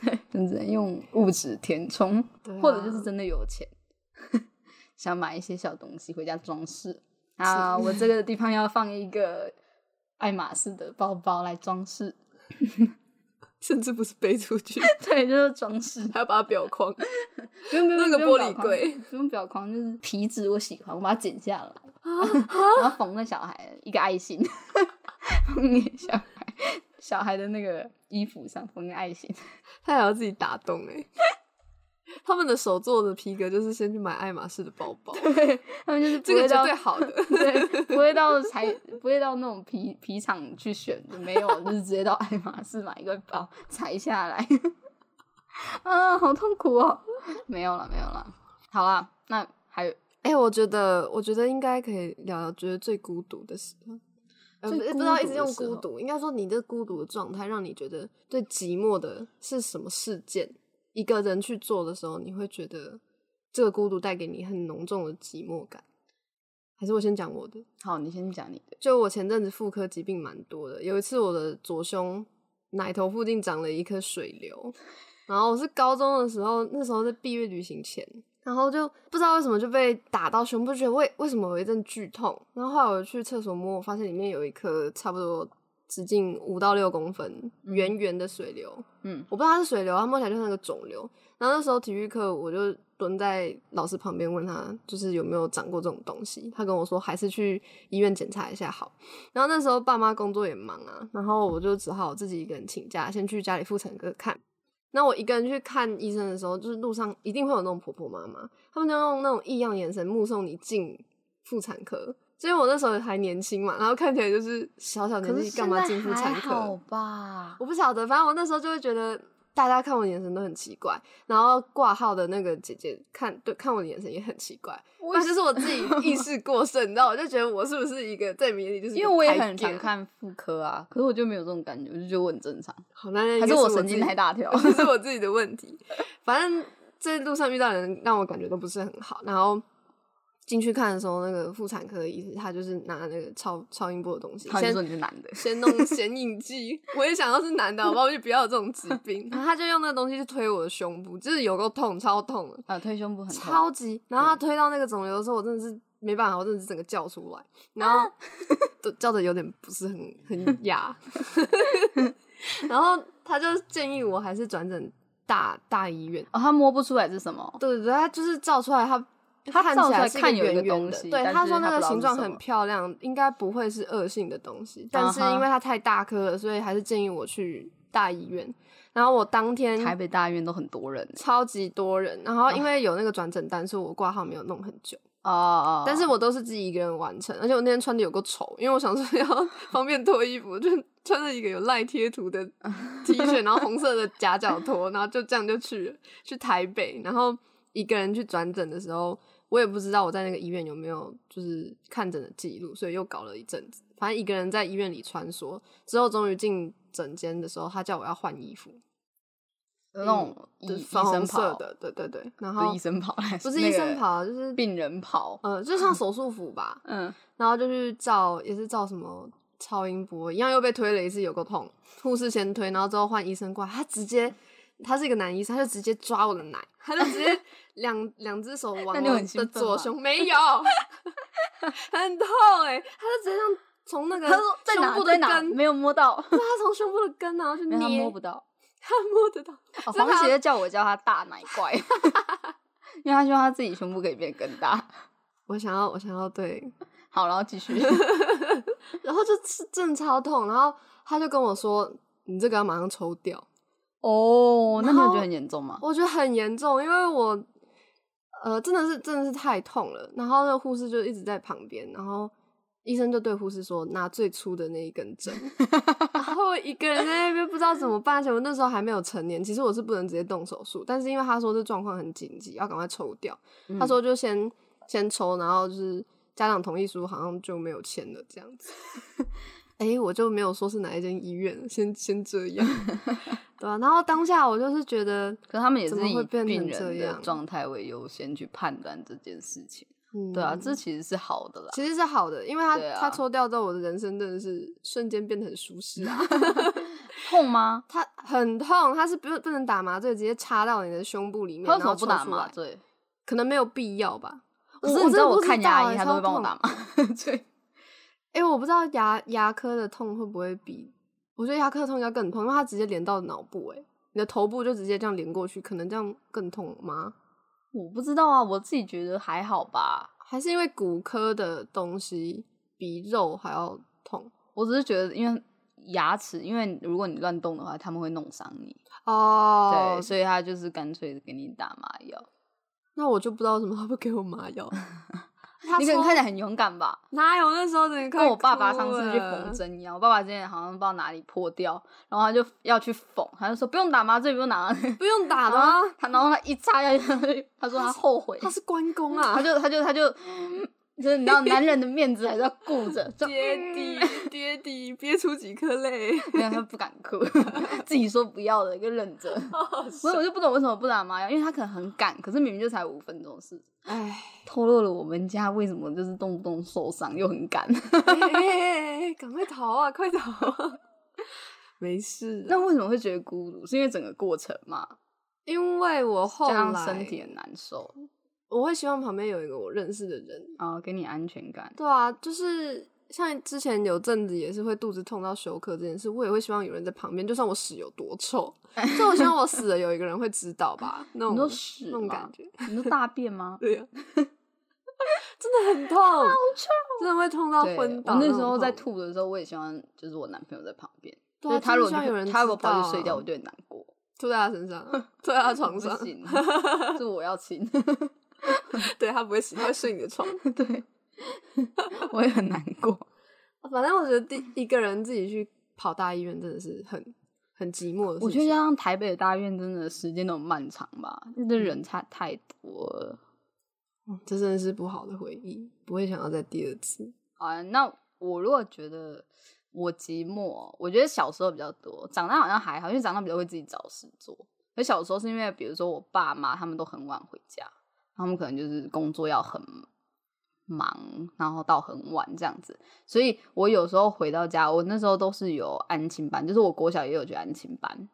Speaker 2: 对，就只能用物质填充，
Speaker 1: 对啊
Speaker 2: 或者就是真的有钱， 想买一些小东西回家装饰。啊，我这个地方要放一个爱马仕的包包来装饰，
Speaker 1: 甚至不是背出去，
Speaker 2: 对，就是装饰。
Speaker 1: 还要把它裱框。
Speaker 2: 不用不
Speaker 1: 那
Speaker 2: 用
Speaker 1: 个
Speaker 2: 不用
Speaker 1: 玻
Speaker 2: 裱
Speaker 1: 璃
Speaker 2: 框
Speaker 1: 柜
Speaker 2: 不用裱框，就是皮质我喜欢，我把它剪下来，啊然后缝在小孩一个爱心， 缝给小孩小孩的那个衣服上缝个爱心。
Speaker 1: 他还要自己打洞哎、 他们的手做的皮革就是先去买爱马仕的包包，
Speaker 2: 他们就是不
Speaker 1: 这个
Speaker 2: 会
Speaker 1: 绝
Speaker 2: 到
Speaker 1: 对好的。
Speaker 2: 对，不会到才不会到那种皮皮厂去选的，没有，就是直接到爱马仕买一个包裁下来。啊，好痛苦哦！没有了，没有了。好啦，那还有
Speaker 1: 哎、我觉得，我觉得应该可以聊聊，觉得最孤独的时候。呃，不
Speaker 2: 最
Speaker 1: 不知道一直
Speaker 2: 孤独的
Speaker 1: 用
Speaker 2: 时
Speaker 1: 孤
Speaker 2: 候
Speaker 1: 独，应该说你的孤独的状态，让你觉得最寂寞的是什么事件？一个人去做的时候，你会觉得这个孤独带给你很浓重的寂寞感。还是我先讲我的。
Speaker 2: 好，你先讲你的。
Speaker 1: 就我前阵子妇科疾病蛮多的，有一次我的左胸奶头附近长了一颗水瘤，然后我是高中的时候，那时候在毕业旅行前，然后就不知道为什么就被打到胸部，觉得为为什么有一阵剧痛，然后后来我去厕所摸，我发现里面有一颗差不多直径五到六公分圆圆的水流，
Speaker 2: 嗯
Speaker 1: 我不知道它是水流，它摸起来就像个肿瘤。然后那时候体育课，我就蹲在老师旁边问他，就是有没有长过这种东西。他跟我说还是去医院检查一下好。然后那时候爸妈工作也忙啊，然后我就只好自己一个人请假，先去家里妇产科看。那我一个人去看医生的时候，就是路上一定会有那种婆婆妈妈，他们就用那种异样眼神目送你进妇产科。所以我那时候还年轻嘛，然后看起来就是小小年纪，干嘛进妇产科？
Speaker 2: 好吧？
Speaker 1: 我不晓得，反正我那时候就会觉得大家看我的眼神都很奇怪，然后挂号的那个姐姐看对看我的眼神也很奇怪，
Speaker 2: 我
Speaker 1: 那就是我自己意识过剩，你知道，我就觉得我是不是一个在你眼里就是一
Speaker 2: 因
Speaker 1: 个
Speaker 2: 为我
Speaker 1: tiger
Speaker 2: 也很常，看妇科啊，可是我就没有这种感觉，我就觉得我很正常，
Speaker 1: 好那那应该
Speaker 2: 还是
Speaker 1: 是
Speaker 2: 我
Speaker 1: 自
Speaker 2: 神经
Speaker 1: 己
Speaker 2: 太大
Speaker 1: ？
Speaker 2: 条
Speaker 1: 这是我自己的问题。反正这路上遇到的人让我感觉都不是很好，然后。进去看的时候，那个妇产科的医生他就是拿那个超超音波的东西，
Speaker 2: 他就
Speaker 1: 先
Speaker 2: 说你是男的，
Speaker 1: 先弄显影剂，我也想要是男的，好不好？我就不要有这种 疾病。然后他就用那个东西去推我的胸部，就是有够痛，超痛的，
Speaker 2: 啊，推胸部很痛
Speaker 1: 超级。然后他推到那个肿瘤的时候，我真的是没办法，我真的是整个叫出来，然 后都叫的有点不是很很 哑。然后他就建议我还是转诊大大医院。
Speaker 2: 哦，他摸不出来是什么，
Speaker 1: 对对对，他就是照出来他。
Speaker 2: 他
Speaker 1: 看
Speaker 2: 照
Speaker 1: 起
Speaker 2: 出来
Speaker 1: 来是
Speaker 2: 看
Speaker 1: 个
Speaker 2: 有一
Speaker 1: 圆
Speaker 2: 个
Speaker 1: 圆
Speaker 2: 东
Speaker 1: 的
Speaker 2: 西
Speaker 1: 对
Speaker 2: 但
Speaker 1: 他
Speaker 2: 是
Speaker 1: 说
Speaker 2: 他
Speaker 1: 那
Speaker 2: 不
Speaker 1: 个
Speaker 2: 知道
Speaker 1: 形
Speaker 2: 是
Speaker 1: 状
Speaker 2: 什
Speaker 1: 很
Speaker 2: 么
Speaker 1: 漂亮，应该不会是恶性的东西，但是
Speaker 2: 啊哈
Speaker 1: 因为它太大颗了，所以还是建议我去大医院。然后我当天
Speaker 2: 台北大医院都很多人
Speaker 1: 超级多人，然
Speaker 2: 啊
Speaker 1: 后因为有那个转诊单，所以我挂号没有弄很久，
Speaker 2: 哦哦，
Speaker 1: 但是我都是自己一个人完成，而且我那天穿的有够丑，因为我想说要 方便脱衣服，就穿着一个有赖贴图 的 T 恤，然后红色的夹脚拖，然后就这样就去了去台北，然后一个人去转诊的时候，我也不知道我在那个医院有没有就是看诊的记录，所以又搞了一阵子，反正一个人在医院里穿梭，之后终于进诊间的时候，他叫我要换衣服，
Speaker 2: 那种医
Speaker 1: 就是
Speaker 2: 医
Speaker 1: 嗯粉红
Speaker 2: 生
Speaker 1: 色
Speaker 2: 袍，
Speaker 1: 的，对对对，然
Speaker 2: 不
Speaker 1: 后
Speaker 2: 是医生袍，
Speaker 1: 不是
Speaker 2: 那
Speaker 1: 医
Speaker 2: 个
Speaker 1: 生袍，就是
Speaker 2: 病人袍，
Speaker 1: 呃，就像手术服吧，
Speaker 2: 嗯，
Speaker 1: 然后就去照，也是照什么超音波，一样又被推了一次，有个痛。护士先推，然后之后换医生过来，他直接，他是一个男医生，他就直接抓我的奶，他就直 接两两只手往我
Speaker 2: 那你有很兴
Speaker 1: 的
Speaker 2: 奋
Speaker 1: 左
Speaker 2: 吗
Speaker 1: 胸，没有，很痛哎、他就直接这样从那个
Speaker 2: 他说在
Speaker 1: 胸
Speaker 2: 哪
Speaker 1: 部
Speaker 2: 在
Speaker 1: 的
Speaker 2: 哪
Speaker 1: 根，
Speaker 2: 没有摸到，
Speaker 1: 对他从胸部的根啊然后去
Speaker 2: 没有他
Speaker 1: 捏，
Speaker 2: 摸不到。
Speaker 1: 他摸得到，
Speaker 2: 哦
Speaker 1: 真的
Speaker 2: 黄
Speaker 1: 啊
Speaker 2: 杰叫我叫他大奶怪， 因为他希望他自己胸部可以变更大。
Speaker 1: 我想要，我想要对
Speaker 2: 好，然后 继续。
Speaker 1: 然后就是真的超痛，然后他就跟我说：“你这个要马上抽掉。
Speaker 2: 哦，那你有
Speaker 1: 然
Speaker 2: 觉
Speaker 1: 后
Speaker 2: 得很严重”吗？
Speaker 1: 我觉得很严重，因为我呃真的是真的是太痛了。然后那个护士就一直在旁边，然后医生就对护士说：“拿最粗的那一根针。”然后我一个人在那边不知道怎么办，而且我那时候还没有成年，其实我是不能直接动手术，但是因为他说这状况很紧急，要赶快抽掉。他说就先先抽，然后就是家长同意书好像就没有签了这样子。哎、我就没有说是哪一间医院，先先这样，对啊，然后当下我就是觉得，
Speaker 2: 可是他们也
Speaker 1: 怎
Speaker 2: 是
Speaker 1: 么
Speaker 2: 以
Speaker 1: 会变成
Speaker 2: 病
Speaker 1: 这
Speaker 2: 人的
Speaker 1: 样
Speaker 2: 状态为优先去判断这件事情。
Speaker 1: 嗯
Speaker 2: 对啊，这其实是好的啦。
Speaker 1: 其实是好的，因为他、
Speaker 2: 对啊
Speaker 1: 他抽掉之后，我的人生真的是瞬间变得很舒适啊。
Speaker 2: 痛吗？
Speaker 1: 他很痛，他是不不能打麻醉，直接插到你的胸部里面，
Speaker 2: 他
Speaker 1: 然
Speaker 2: 为什
Speaker 1: 后
Speaker 2: 么不
Speaker 1: 抽
Speaker 2: 打
Speaker 1: 出
Speaker 2: 麻
Speaker 1: 来？
Speaker 2: 醉？
Speaker 1: 可能没有必要吧。我
Speaker 2: 可是
Speaker 1: 我
Speaker 2: 你知
Speaker 1: 真
Speaker 2: 道
Speaker 1: 的不
Speaker 2: 我看
Speaker 1: 道
Speaker 2: 牙
Speaker 1: 欸
Speaker 2: 医，他都
Speaker 1: 超
Speaker 2: 会帮我
Speaker 1: 痛
Speaker 2: 打麻醉。
Speaker 1: 哎、我不知道牙牙科的痛会不会比，我觉得牙科的痛应该更痛，因为它直接连到脑部、欸，你的头部就直接这样连过去，可能这样更痛吗？
Speaker 2: 我不知道啊，我自己觉得还好吧。
Speaker 1: 还是因为骨科的东西比肉还要痛？
Speaker 2: 我只是觉得，因为牙齿，因为如果你乱动的话，他们会弄伤你。
Speaker 1: 哦
Speaker 2: 对，，所以他就是干脆给你打麻药。
Speaker 1: 那我就不知道为什么他 不给我麻药。他
Speaker 2: 你可能
Speaker 1: 说
Speaker 2: 看起来很勇敢吧？
Speaker 1: 哪有那时候等于
Speaker 2: 跟我爸爸上次去缝，针一样，我爸爸之前好像不知道哪里破掉，然后他就要去缝，他就说不用打麻醉，不用打麻醉。
Speaker 1: 不用打的
Speaker 2: 然
Speaker 1: 啊
Speaker 2: 后，他然后他一扎下去，他就他说他后悔，
Speaker 1: 他是关公啊，
Speaker 2: 他就他就他就就是你知道，男人的面子还是要顾着， 就
Speaker 1: 爹地爹地憋出几颗泪，
Speaker 2: 没有他不敢哭， 自己说不要的就忍着。所以我就不懂为什么不打麻药，因为他可能很赶，可是明明就才五分钟的事，
Speaker 1: 哎，
Speaker 2: 透露了我们家为什么就是动不动受伤又很赶。
Speaker 1: 哎哎哎赶快逃啊，快逃啊！ 没事啊，
Speaker 2: 那为什么会觉得孤独？是因为整个过程嘛，
Speaker 1: 因为我后
Speaker 2: 加上
Speaker 1: 来
Speaker 2: 身体很难受
Speaker 1: 我会希望旁边有一个我认识的人。
Speaker 2: 啊、给你安全感。
Speaker 1: 对啊，就是像之前有阵子也是会肚子痛到休克这件事，我也会希望有人在旁边，就算我屎有多 臭，就我希望我死了有一个人会知道吧，那
Speaker 2: 你说
Speaker 1: 种
Speaker 2: 屎
Speaker 1: 那种
Speaker 2: 吗
Speaker 1: 感觉，
Speaker 2: 你说大 便吗？
Speaker 1: 对呀、真的很痛，好臭，真的会痛到
Speaker 2: 对，
Speaker 1: 昏
Speaker 2: 我
Speaker 1: 倒。
Speaker 2: 那
Speaker 1: 种
Speaker 2: 时候在
Speaker 1: 痛，
Speaker 2: 吐的时候，我也希望就是我男朋友在旁边，
Speaker 1: 对
Speaker 2: 就
Speaker 1: 啊，
Speaker 2: 是他如
Speaker 1: 真的希望
Speaker 2: 果去
Speaker 1: 有人
Speaker 2: 他如果
Speaker 1: 知道
Speaker 2: 跑去
Speaker 1: 啊
Speaker 2: 睡觉，我，就很难过。
Speaker 1: 吐在他身上， 吐在他床上
Speaker 2: 不，行， 是我要亲，
Speaker 1: 对他不会醒，他会睡你的床。
Speaker 2: 对， 我也很难过。
Speaker 1: 反正我觉得第一个人自己去跑大医院真的是很很寂寞的事情。
Speaker 2: 我觉得加上台北的大院真的时间都很漫长吧，那人差太多了。
Speaker 1: 这真的是不好的回忆，不会想要再第二次。
Speaker 2: 啊，那我如果觉得我寂寞，我觉得小时候比较多，长大好像还好，因为长大比较会自己找事做。而小时候是因为，比如说我爸妈他们都很晚回家，他们可能就是工作要很忙，然后到很晚这样子，所以我有时候回到家，我那时候都是有安亲班，就是我国小也有去安亲班，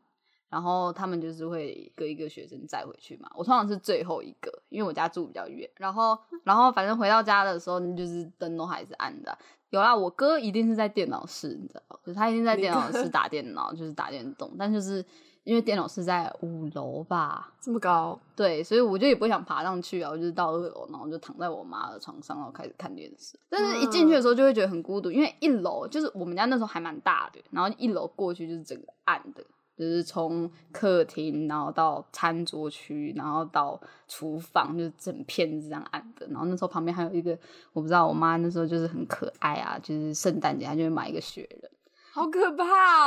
Speaker 2: 然后他们就是会一个一个学生载回去嘛。我通常是最后一个，因为我家住比较远。然后，然后反正回到家的时候，就是灯都还是暗的啊。有啦，我哥一定是在电脑室，你知道，就是他一定在
Speaker 1: 你
Speaker 2: 电脑
Speaker 1: 哥
Speaker 2: 室打电脑，就是打电动。但就是因为电脑室在五楼吧，
Speaker 1: 这么高，
Speaker 2: 对，所以我就也不想爬上去啊，我就是到二楼，然后就躺在我妈的床上，然后开始看电视。但是一进去的时候就会觉得很孤独，因为一楼就是我们家那时候还蛮大的，然后一楼过去就是整个暗的，就是从客厅，然后到餐桌区，然后到厨房，就是整片是这样暗的。然后那时候旁边还有一个，我不知道我妈那时候就是很可爱啊，就是圣诞节她就会买一个雪人。
Speaker 1: 好可怕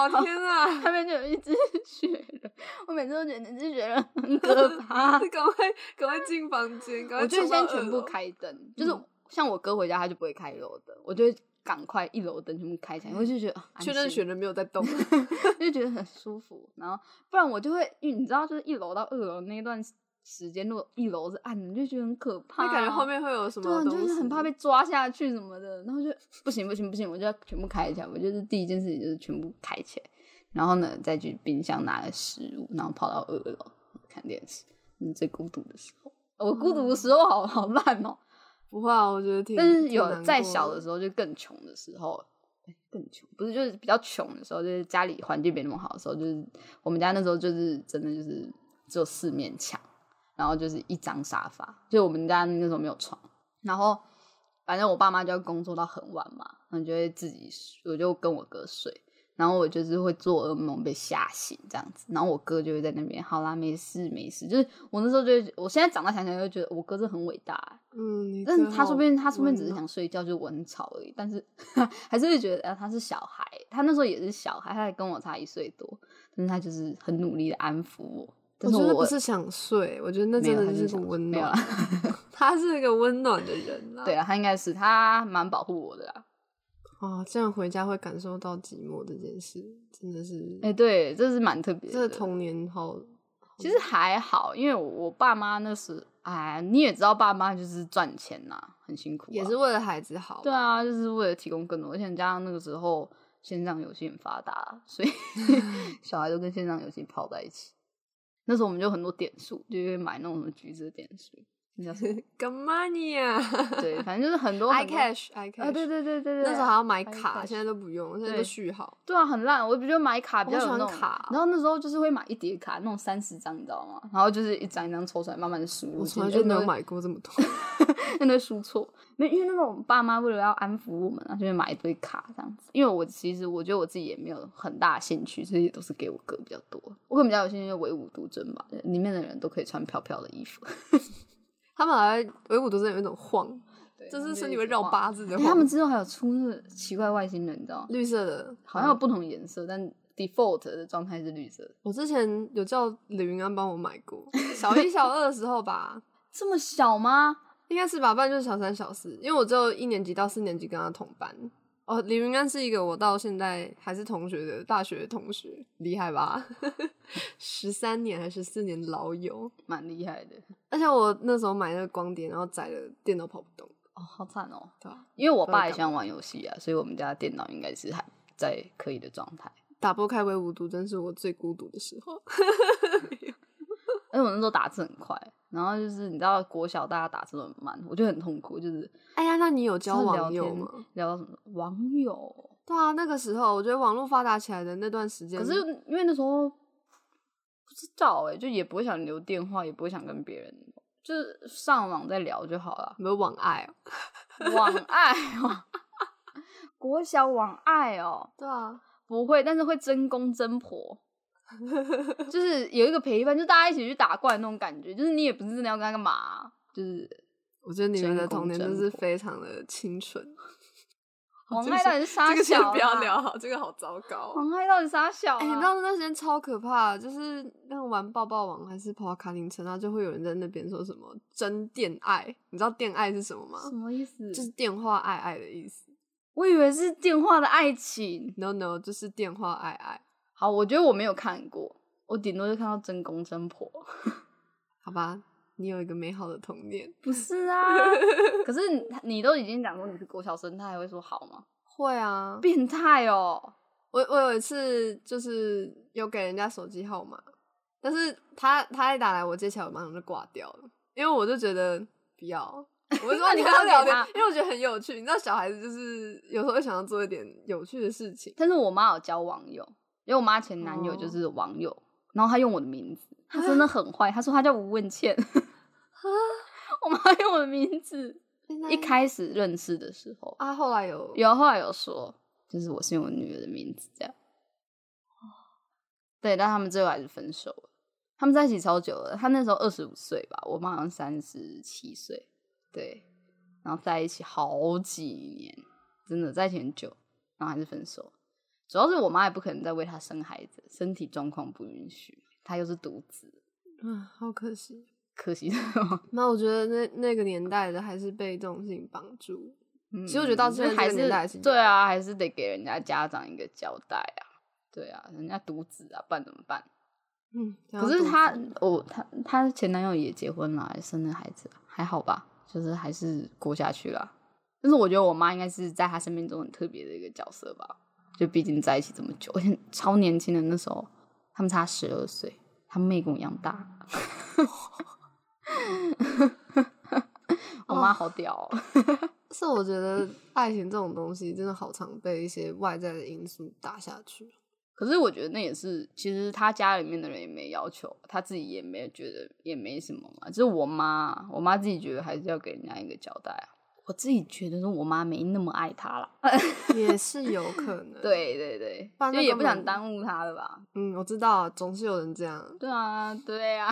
Speaker 1: 哦！天 啊，
Speaker 2: 他们就有一只雪人，我每次都觉得那只雪人很可 怕。
Speaker 1: 赶快赶快进房间，赶快
Speaker 2: 我就
Speaker 1: 冲
Speaker 2: 会
Speaker 1: 到
Speaker 2: 先
Speaker 1: 二
Speaker 2: 全部
Speaker 1: 楼。
Speaker 2: 开灯，就是
Speaker 1: 嗯
Speaker 2: 像我哥回家他就不会开一楼灯，我就会赶快一楼灯全部开起来，我就觉得啊安
Speaker 1: 确认
Speaker 2: 心
Speaker 1: 雪人没有在 动，
Speaker 2: 就觉得很舒服。然后不然我就会，因为你知道，就是一楼到二楼那一段时间，如果一楼是暗的，你就觉得很可怕、
Speaker 1: 那感觉后。面会有什
Speaker 2: 对
Speaker 1: 么
Speaker 2: 啊，
Speaker 1: 东西？
Speaker 2: 就是很怕被抓下去什么的，然后就不行不行不行，我就要全部开起来。我就是第一件事情就是全部开起来，然后呢再去冰箱拿个食物，然后跑到二楼看电视。嗯，最孤独的时候，我孤独的时候好好烂哦、
Speaker 1: 不会啊，我觉得挺。
Speaker 2: 但是
Speaker 1: 挺难
Speaker 2: 有
Speaker 1: 过
Speaker 2: 再小的时候，就更穷的时候，哎更穷不是就是比较穷的时候，就是家里环境没那么好的时候，就是我们家那时候就是真的就是只有四面墙，然后就是一张沙发，就我们家那时候没有床，然后反正我爸妈就要工作到很晚嘛，然后就会自己睡我就跟我哥睡。然后我就是会做噩梦被吓醒这样子，然后我哥就会在那边，好啦，没事没事，就是我那时候就会，我现在长大想想就觉得我哥真的很伟大、欸
Speaker 1: 嗯，你
Speaker 2: 但
Speaker 1: 真
Speaker 2: 是他
Speaker 1: 好
Speaker 2: 说不定他说不定只
Speaker 1: 温
Speaker 2: 是
Speaker 1: 暖
Speaker 2: 想睡觉，就我很吵而已。但是 还是会觉得、啊、他是小孩，他那时候也是小孩，他还跟我差一岁多，但是他就是很努力的安抚我。但是
Speaker 1: 我觉得不
Speaker 2: 我
Speaker 1: 是想睡，我觉得那
Speaker 2: 没
Speaker 1: 真
Speaker 2: 有
Speaker 1: 的
Speaker 2: 他
Speaker 1: 是
Speaker 2: 是
Speaker 1: 个
Speaker 2: 想
Speaker 1: 温
Speaker 2: 没有啊
Speaker 1: 暖，啊他是一个温暖的人啦。
Speaker 2: 对啊，他应该是他蛮保护我的啦。
Speaker 1: 哦，这样回家会感受到寂寞这件事，真的是，
Speaker 2: 哎、对，这是蛮特别
Speaker 1: 这个
Speaker 2: 的。
Speaker 1: 童年好
Speaker 2: 其实还好，因为我我爸妈那时，哎，你也知道，爸妈就是赚钱呐、很辛苦、啊，
Speaker 1: 也是为了孩子好。
Speaker 2: 对，啊，就是为了提供更多，而且加上那个时候线上游戏很发达， 所以小孩都跟线上游戏泡在一起。那时候我们就很多点数，就会买那种什么橘子的点数，那叫什 么？
Speaker 1: 干嘛你啊
Speaker 2: 对，反正就是很多
Speaker 1: ？i
Speaker 2: 很多
Speaker 1: cash i cash，
Speaker 2: 啊，对对对对对，
Speaker 1: 那时候还要买
Speaker 2: iCash
Speaker 1: 卡，现在都不用，现在都
Speaker 2: 对
Speaker 1: 序号。
Speaker 2: 对啊，很烂。我不觉得买卡比较有那
Speaker 1: 我
Speaker 2: 种
Speaker 1: 喜欢卡
Speaker 2: 然后那时候就是会买一叠卡，那种三十张，你知道吗？然后就是一张一张抽出来，慢慢的输入进去。
Speaker 1: 我从来就没有
Speaker 2: 哎
Speaker 1: 买过这么多，
Speaker 2: 那都输错。没，因为那时候我们爸妈为了要安抚我们啊，就会买一堆卡这样子。因为我其实我觉得我自己也没有很大的兴趣，所以也都是给我哥比较多。我可能比较有兴趣就唯吾独尊吧，里面的人都可以穿飘飘的 衣服，
Speaker 1: 他们好像维吾独尊有一种晃，就是身体会绕
Speaker 2: 疤。
Speaker 1: 八字的
Speaker 2: 哎他们
Speaker 1: 晃，
Speaker 2: 之后还有出那个奇怪外星人，你知道？
Speaker 1: 绿色的。
Speaker 2: 好像有不同颜色，但 default 的状态是绿色的。
Speaker 1: 我之前有叫李云安帮我买过，小一小二的时候吧，
Speaker 2: 这么小吗？
Speaker 1: 一应该是吧，不然就是小三小四，因为我只有一年级到四年级跟他同班。哦，李云安是一个我到现在还是同学的大学同学，厉害吧？ 十三年还是十四年老友，
Speaker 2: 蛮厉害的
Speaker 1: 而且我那时候买那个光碟，然后载了电脑跑不动，
Speaker 2: 哦，好惨哦。
Speaker 1: 对吧？
Speaker 2: 因为我
Speaker 1: 不知道
Speaker 2: 爸也
Speaker 1: 干
Speaker 2: 喜欢玩游戏啊，所以我们家电脑应该是还在可以的状态。
Speaker 1: 打破开为无毒，真是我最孤独的时候。
Speaker 2: 而且我那时候打字很快，然后就是你知道国小大家打字都很慢，我就很痛苦，就是
Speaker 1: 哎呀，那你有交
Speaker 2: 就是聊
Speaker 1: 网友
Speaker 2: 天
Speaker 1: 吗？？
Speaker 2: 聊到什么网友？
Speaker 1: 对啊，那个时候我觉得网络发达起来的那段时间，。
Speaker 2: 可是因为那时候不知道哎、就也不会想留电话，也不会想跟别人，就是上网再聊就好了
Speaker 1: 没有网爱、哦。
Speaker 2: 网爱哦， 国小网爱哦，
Speaker 1: 对啊，
Speaker 2: 不会，但是会真公 真婆，就是有一个陪伴，就大家一起去打怪那种感觉，就是你也不是真的要跟他干嘛、啊就是
Speaker 1: 我觉得你们的
Speaker 2: 真空
Speaker 1: 童年真
Speaker 2: 真
Speaker 1: 是
Speaker 2: 空
Speaker 1: 非常的清纯。
Speaker 2: 网
Speaker 1: 哦这个
Speaker 2: 爱
Speaker 1: 先
Speaker 2: 到底是啥
Speaker 1: 这个先
Speaker 2: 小、啊？
Speaker 1: 不要聊，好，这个好糟糕。
Speaker 2: 网爱到底啥小、啊？
Speaker 1: 哎、你知道那段时间超可怕，就是那种玩抱抱网还是跑跑卡丁车，然后就会有人在那边说什么“真恋爱”，你知道“恋爱”是什么吗？
Speaker 2: 什么意思？
Speaker 1: 就是电话爱爱的意思。
Speaker 2: 我以为是电话的爱情。
Speaker 1: No no，就是电话爱爱，
Speaker 2: 好，我觉得我没有看过，我顶多就看到真公真婆。
Speaker 1: 好吧？你有一个美好的童年，
Speaker 2: 不是 啊，可是你你都已经讲过你是国小生，他还会说好吗？
Speaker 1: 会啊。
Speaker 2: 变态哦！
Speaker 1: 我我有一次就是有给人家手机号码，但是他他一打来我接起来，我马上就挂掉了，因为我就觉得不要。我就
Speaker 2: 那
Speaker 1: 说
Speaker 2: 你
Speaker 1: 跟他
Speaker 2: 干嘛
Speaker 1: 聊
Speaker 2: 给
Speaker 1: 天
Speaker 2: 他，
Speaker 1: 因为我觉得很有趣。你知道，小孩子就是有时候会想要做一点有趣的事情。
Speaker 2: 但是我妈有交网友，因为我妈前男友就是网友，然后他用我的名字，他真的很坏。他说他叫吴问倩，啊 我妈用我的名字。一开始认识的时候，
Speaker 1: 啊，后来有
Speaker 2: 有后来有说，就是我是用我女儿的名字这样。对，但他们最后还是分手了。他们在一起超久了，他那时候二十五岁吧，我妈好像三十七岁。对，然后在一起好几年，真的在一起很久，然后还是分手。主要是我妈也不可能再为他生孩子，身体状况不允许，她又是独子，
Speaker 1: 啊，好可惜。
Speaker 2: 可惜。
Speaker 1: 那我觉得那那个年代的还是被这种事情绑住。
Speaker 2: 嗯
Speaker 1: 其实我觉得到现在这个
Speaker 2: 还
Speaker 1: 年代还是
Speaker 2: 是
Speaker 1: 一样
Speaker 2: 对啊，还是得给人家家长一个交代啊。对啊，人家独子啊，不然怎么办？
Speaker 1: 嗯，
Speaker 2: 可是
Speaker 1: 他
Speaker 2: 她，哦，她她前男友也结婚了，也生了孩子，啊还好吧？就是还是过下去了。但是我觉得我妈应该是在她生命中很特别的一个角色吧，就毕竟在一起这么久，而且超年轻的那时候，他们差十二岁，他妹跟我一样大。
Speaker 1: 哦
Speaker 2: 我妈好屌、哦，
Speaker 1: 是我觉得爱情这种东西真的好常被一些外在的因素打下去。
Speaker 2: 可是我觉得那也是，其实他家里面的人也没要求，他自己也没有觉得也没什么嘛。就是我妈，我妈自己觉得还是要给人家一个交代啊。我自己觉得说我妈没那么爱他啦。
Speaker 1: 也是有 可能。，
Speaker 2: 对对对
Speaker 1: 不然，那
Speaker 2: 就也
Speaker 1: 根
Speaker 2: 不想
Speaker 1: 本
Speaker 2: 耽误他了吧？
Speaker 1: 嗯，我知道啊，总是有人这样。
Speaker 2: 对啊，对 啊，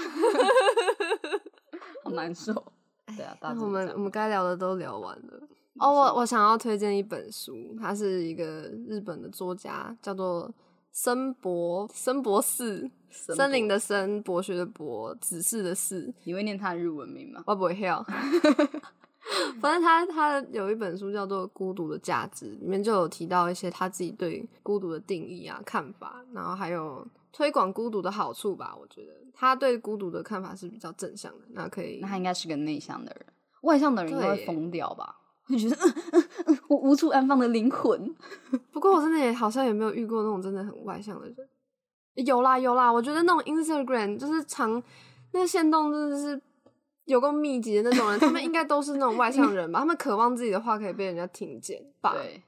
Speaker 2: 好难受。 对啊，大
Speaker 1: 那
Speaker 2: 致
Speaker 1: 我们
Speaker 2: 这
Speaker 1: 我
Speaker 2: 样嗯
Speaker 1: 们该聊的都聊完了。哦，我我想要推荐一本书，它是一个日本的作家，叫做森博森博士，
Speaker 2: 森
Speaker 1: 森林
Speaker 2: 博
Speaker 1: 的森，博学的博，子嗣的嗣，
Speaker 2: 你会念他的日文名吗？
Speaker 1: 我不会跳。 反正他他有一本书叫做《孤独的价值》，里面就有提到一些他自己对孤独的定义啊、看法，然后还有推广孤独的好处吧。我觉得他对孤独的看法是比较正向的，那可以
Speaker 2: 那他应该是个内向的人，外向的人应该
Speaker 1: 对
Speaker 2: 会疯掉吧？ 就觉得、嗯嗯嗯、我无处安放的灵魂。
Speaker 1: 不过我真的也好像也没有遇过那种真的很外向的人。有啦有啦，我觉得那种 Instagram 就是常那个线动真的是有够密集的那种人，他们应该都是那种外向人吧？他们渴望自己的话可以被人家听见吧？
Speaker 2: 对，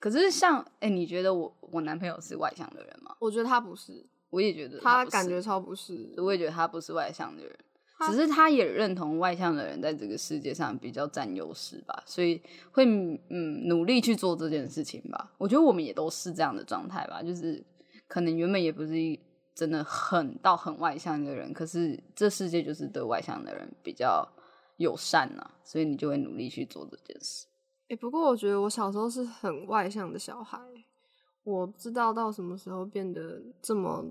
Speaker 2: 可是像哎、你觉得我我男朋友是外向的人吗？
Speaker 1: 我觉得他不是，
Speaker 2: 我也觉得
Speaker 1: 他
Speaker 2: 不
Speaker 1: 感
Speaker 2: 是
Speaker 1: 觉，超不是。
Speaker 2: 我也觉得他不是外向的人，
Speaker 1: 他
Speaker 2: 只是他也认同外向的人在这个世界上比较占优势吧，所以会嗯努力去做这件事情吧。我觉得我们也都是这样的状态吧，就是可能原本也不是一真的很到很外向的人，可是这世界就是对外向的人比较友善呐、所以你就会努力去做这件事。
Speaker 1: 哎、不过我觉得我小时候是很外向的小孩，我不知道到什么时候变得这么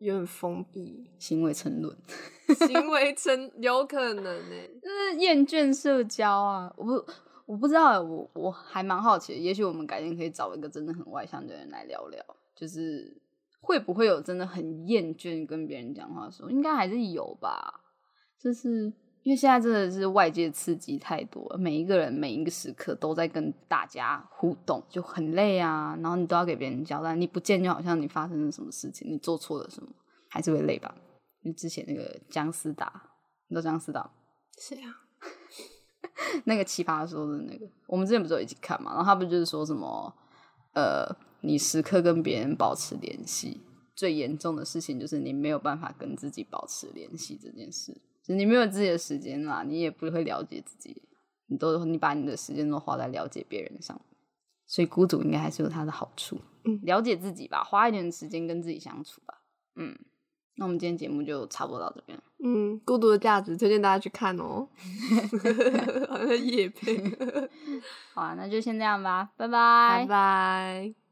Speaker 1: 有点封闭，
Speaker 2: 行为沉沦，
Speaker 1: 行为成有可能呢、欸
Speaker 2: 就是厌倦社交啊！我不我不知道欸，我我还蛮好奇的，也许我们改天可以找一个真的很外向的人来聊聊，就是会不会有真的很厌倦跟别人讲话的时候，应该还是有吧。就是因为现在真的是外界刺激太多了，每一个人每一个时刻都在跟大家互动，就很累啊。然后你都要给别人交代，你不见就好像你发生了什么事情，你做错了什么，还是会累吧。因为之前那个姜思达，你知道姜思达吗
Speaker 1: 谁啊？
Speaker 2: 那个奇葩说的那个，我们之前不是有一起看嘛？然后他不就是说什么，呃，你时刻跟别人保持联系，最严重的事情就是你没有办法跟自己保持联系这件事，就是你没有自己的时间啦，你也不会了解自己，你都你把你的时间都花在了解别人上面，所以孤独应该还是有它的好处。
Speaker 1: 嗯
Speaker 2: 了解自己吧，花一点时间跟自己相处吧。嗯，那我们今天节目就差不多到这边了。
Speaker 1: 嗯，孤独的价值推荐大家去看哦。 好像在夜配，
Speaker 2: 好啊，那就先这样吧，拜
Speaker 1: 拜拜。